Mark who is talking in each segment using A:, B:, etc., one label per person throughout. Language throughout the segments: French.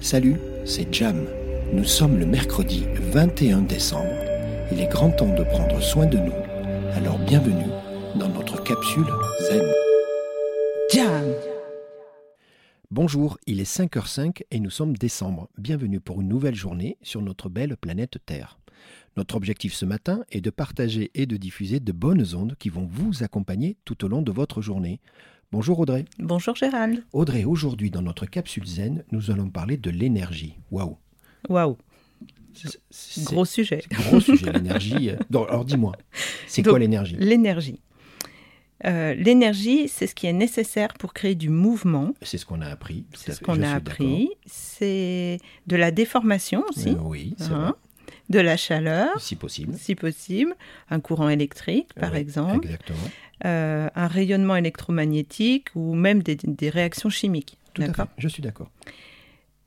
A: Salut, c'est Jam. Nous sommes le mercredi 21 décembre. Il est grand temps de prendre soin de nous. Alors bienvenue dans notre capsule Zen.
B: Jam.
A: Bonjour, il est 5h05 et nous sommes décembre. Bienvenue pour une nouvelle journée sur notre belle planète Terre. Notre objectif ce matin est de partager et de diffuser de bonnes ondes qui vont vous accompagner tout au long de votre journée. Bonjour Audrey.
B: Bonjour Gérald.
A: Audrey, aujourd'hui dans notre capsule zen, nous allons parler de l'énergie. Waouh.
B: Waouh,
A: C'est- c'est-
B: gros sujet.
A: c'est Gros sujet, l'énergie. Non, alors dis-moi, c'est
B: Donc,
A: quoi l'énergie
B: L'énergie. Euh, L'énergie, c'est ce qui est nécessaire pour créer du mouvement.
A: C'est ce qu'on a appris. tout
B: C'est
A: à
B: ce
A: fait,
B: qu'on
A: je
B: a
A: suis
B: appris. C'est de la déformation
A: d'accord.
B: aussi,
A: Euh, oui, c'est
B: hein, de la chaleur,
A: vrai, si possible.
B: si possible, un courant électrique par
A: Oui,
B: exemple,
A: Exactement.
B: euh, un rayonnement électromagnétique ou même des, des réactions chimiques.
A: Tout à
B: D'accord
A: fait, je suis d'accord.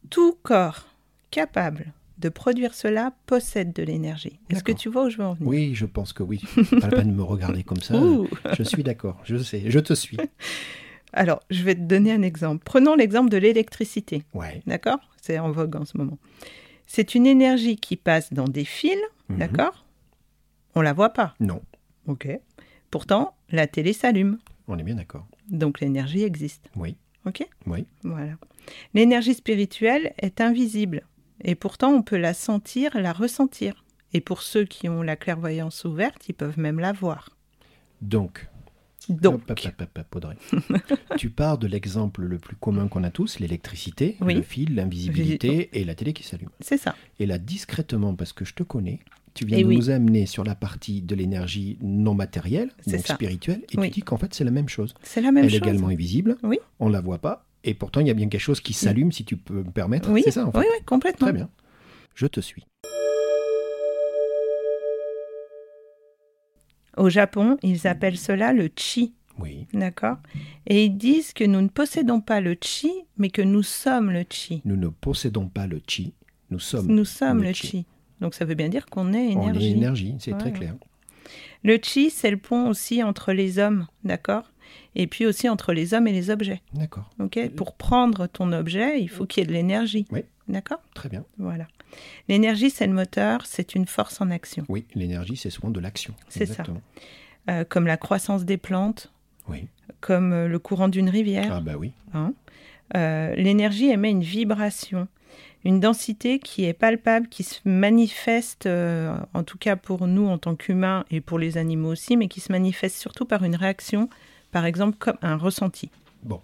B: Tout corps capable de produire cela possède de l'énergie. Est-ce que
A: D'accord.
B: tu vois où je veux en venir
A: Oui, je pense que oui. Pas la peine de me regarder comme ça.
B: Ouh
A: Je suis d'accord, je sais, je te suis.
B: Alors, je vais te donner un exemple. Prenons l'exemple de l'électricité,
A: Ouais.
B: d'accord C'est en vogue en ce moment. C'est une énergie qui passe dans des fils,
A: Mhm.
B: d'accord On la voit pas,
A: Non,
B: ok Pourtant, la télé s'allume,
A: on est bien d'accord.
B: donc l'énergie existe,
A: Oui,
B: ok
A: oui.
B: Voilà. L'énergie spirituelle est invisible, et pourtant on peut la sentir, la ressentir. Et pour ceux qui ont la clairvoyance ouverte, ils peuvent même la voir.
A: Donc,
B: Donc,
A: hop, hop, hop, hop, hop, Audrey. tu pars de l'exemple le plus commun qu'on a tous, l'électricité,
B: Oui.
A: le fil, l'invisibilité et la télé qui s'allume.
B: c'est ça.
A: Et là, discrètement, parce que je te connais, tu viens
B: Eh
A: de
B: oui.
A: nous amener sur la partie de l'énergie non matérielle,
B: C'est
A: donc
B: ça.
A: spirituelle, et
B: Oui.
A: tu dis qu'en fait c'est la même chose.
B: C'est la même
A: Elle
B: chose.
A: est également invisible,
B: Oui.
A: on la voit pas, et pourtant il y a bien quelque chose qui s'allume, si tu peux me permettre.
B: Oui,
A: c'est ça en fait.
B: oui, oui, complètement.
A: Très bien, je te suis.
B: Au
A: Mm.
B: Japon, ils appellent cela le chi,
A: Oui,
B: d'accord Et ils disent que nous ne possédons pas le chi, mais que nous sommes le chi.
A: nous ne possédons pas le chi, nous sommes
B: Nous sommes
A: le
B: le
A: chi.
B: chi. Donc ça veut bien dire qu'on est
A: On est
B: énergie.
A: énergie, c'est
B: Ouais,
A: très
B: ouais.
A: clair.
B: Le chi, c'est le pont aussi entre les hommes, d'accord Et puis aussi entre les hommes et les objets,
A: D'accord,
B: ok Pour prendre ton objet, il faut qu'il y ait de l'énergie,
A: Oui.
B: d'accord
A: très bien.
B: Voilà. L'énergie, c'est le moteur, c'est une force en action,
A: Oui, l'énergie, c'est souvent de l'action.
B: C'est ça.
A: Exactement.
B: Euh, comme la croissance des plantes,
A: Oui.
B: comme euh, le courant d'une rivière.
A: Ah bah oui,
B: hein. Euh, L'énergie émet une vibration, une densité qui est palpable, qui se manifeste, euh, en tout cas pour nous en tant qu'humains et pour les animaux aussi, mais qui se manifeste surtout par une réaction, par exemple comme un ressenti.
A: bon.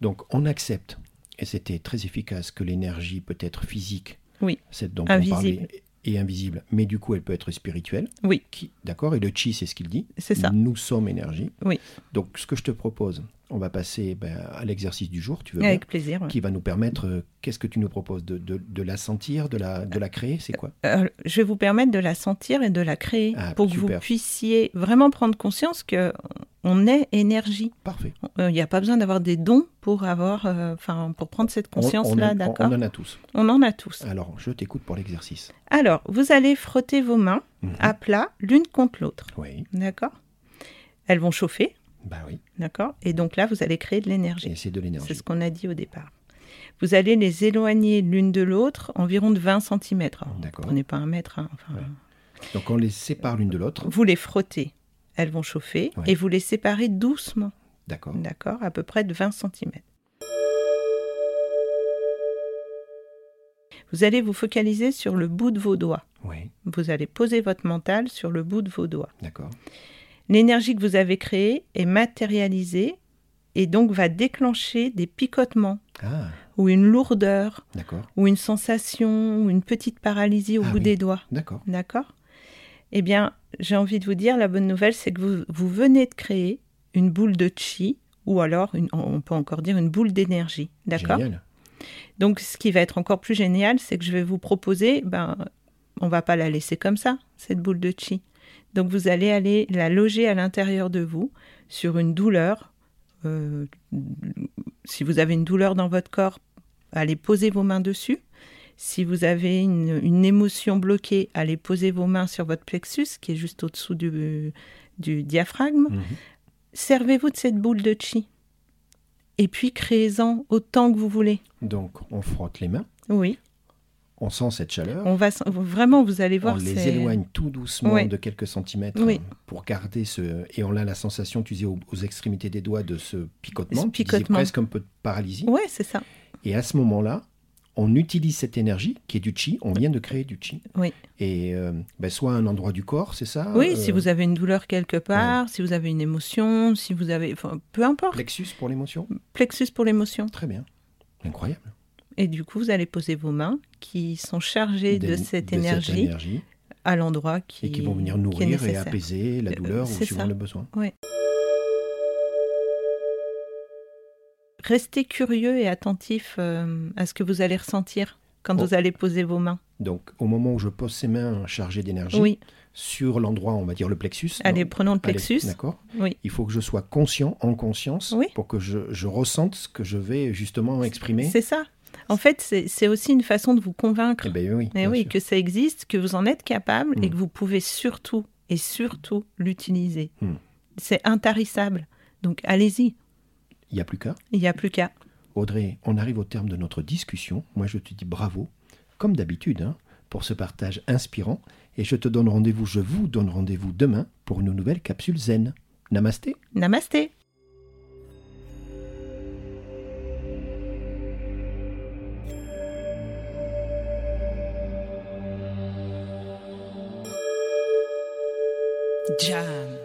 A: Donc on accepte, et c'était très efficace, que l'énergie peut être physique,
B: Oui.
A: celle dont on
B: Invisible.
A: parlait, et invisible, mais du coup elle peut être spirituelle.
B: Oui.
A: Qui- D'accord, et le chi, c'est ce qu'il dit.
B: C'est ça.
A: Nous sommes énergie.
B: Oui.
A: Donc ce que je te propose, on va passer ben, à l'exercice du jour, tu veux bien,
B: Avec plaisir. ouais.
A: qui va nous permettre, euh, qu'est-ce que tu nous proposes de, de- de la sentir, de la, de la créer, c'est quoi
B: Euh, je vais vous permettre de la sentir et de la créer
A: Ah,
B: pour que
A: super.
B: vous puissiez vraiment prendre conscience que on est énergie.
A: Parfait.
B: Euh, Il n'y a pas besoin d'avoir des dons pour avoir, euh, enfin, pour prendre cette
A: On- on
B: conscience-là,
A: en-
B: d'accord
A: on en a tous.
B: on en a tous.
A: Alors, je t'écoute pour l'exercice.
B: Alors, vous allez frotter vos mains
A: Mhm.
B: à plat l'une contre l'autre.
A: Oui,
B: D'accord Elles vont chauffer.
A: bah oui.
B: D'accord Et donc là, vous allez créer de l'énergie.
A: Et c'est de
B: C'est
A: l'énergie.
B: ce qu'on a dit au départ. Vous allez les éloigner l'une de l'autre environ de 20 cm.
A: D'accord.
B: Prenez pas un mètre. hein, enfin,
A: Ah, Ouais. Donc on les sépare l'une de l'autre.
B: Vous les frottez. Elles vont chauffer.
A: Ouais. Ah.
B: Et vous les séparez doucement.
A: D'accord.
B: D'accord À peu près de 20 cm. Vous allez vous focaliser sur le bout de vos doigts.
A: Oui,
B: Vous allez poser votre mental sur le bout de vos doigts.
A: d'accord.
B: L'énergie que vous avez créée est matérialisée et donc va déclencher des picotements
A: Ah,
B: ou une lourdeur
A: d'accord,
B: ou une sensation ou une petite paralysie au
A: Ah
B: bout
A: oui.
B: des doigts.
A: d'accord.
B: D'accord Eh bien, j'ai envie de vous dire, la bonne nouvelle, c'est que vous, vous venez de créer une boule de chi ou alors, une- on peut encore dire, une boule d'énergie. D'accord
A: Génial.
B: Donc, ce qui va être encore plus génial, c'est que je vais vous proposer, ben, on va pas la laisser comme ça, cette boule de chi. Donc, vous allez aller la loger à l'intérieur de vous sur une douleur. Euh, si vous avez une douleur dans votre corps, allez poser vos mains dessus. Si vous avez une, une émotion bloquée, allez poser vos mains sur votre plexus, qui est juste au-dessous du, du diaphragme.
A: Mhm.
B: Servez-vous de cette boule de chi. et puis créez-en autant que vous voulez.
A: Donc, on frotte les mains,
B: Oui,
A: on sent cette chaleur,
B: on va s- vraiment, vous allez
A: on
B: voir.
A: les
B: c'est-
A: éloigne tout doucement
B: Oui.
A: de quelques centimètres
B: Oui.
A: hein, pour garder ce. Et on a la sensation, tu disais, aux, aux extrémités des doigts de ce picotement,
B: Ce
A: tu disais
B: picotement.
A: presque un peu de paralysie.
B: Ouais, c'est ça.
A: Et à ce moment-là, on utilise cette énergie qui est du chi, on vient de créer du chi.
B: Oui.
A: Et euh, ben, soit un endroit du corps, c'est ça
B: oui,
A: euh,
B: si vous avez une douleur quelque part, si vous avez une émotion, si vous avez, enfin, peu importe.
A: Plexus pour l'émotion
B: Plexus pour l'émotion.
A: Très bien. Incroyable.
B: Et du coup, vous allez poser vos mains qui sont chargées de,
A: Des-
B: cette énergie à l'endroit qui,
A: Et qui vont venir
B: qui est
A: nourrir et
B: nécessaire.
A: apaiser la
B: Euh,
A: douleur ou
B: c'est
A: suivant
B: ça.
A: le besoin.
B: Restez curieux et attentif euh, à ce que vous allez ressentir quand
A: Oh.
B: vous allez poser vos mains.
A: Donc, au moment où je pose ces mains chargées d'énergie
B: Oui,
A: sur l'endroit, on va dire le plexus.
B: allez,
A: non
B: prenons le
A: Allez,
B: plexus.
A: D'accord.
B: Oui.
A: Il faut que je sois conscient, en conscience,
B: Oui.
A: pour que je, je ressente ce que je vais justement exprimer.
B: C'est ça. En fait, c'est c'est aussi une façon de vous convaincre.
A: Eh ben oui.
B: Eh
A: bien
B: oui,
A: sûr.
B: que ça existe, que vous en êtes capable
A: Mm.
B: et que vous pouvez surtout et surtout l'utiliser.
A: Mm.
B: C'est intarissable. Donc allez-y,
A: Il n'y a plus qu'à.
B: il n'y a plus qu'à.
A: Audrey, on arrive au terme de notre discussion. Moi, je te dis bravo, comme d'habitude, hein, pour ce partage inspirant. Et je te donne rendez-vous, je vous donne rendez-vous demain pour une nouvelle capsule zen. Namasté.
B: Namasté
C: Jam.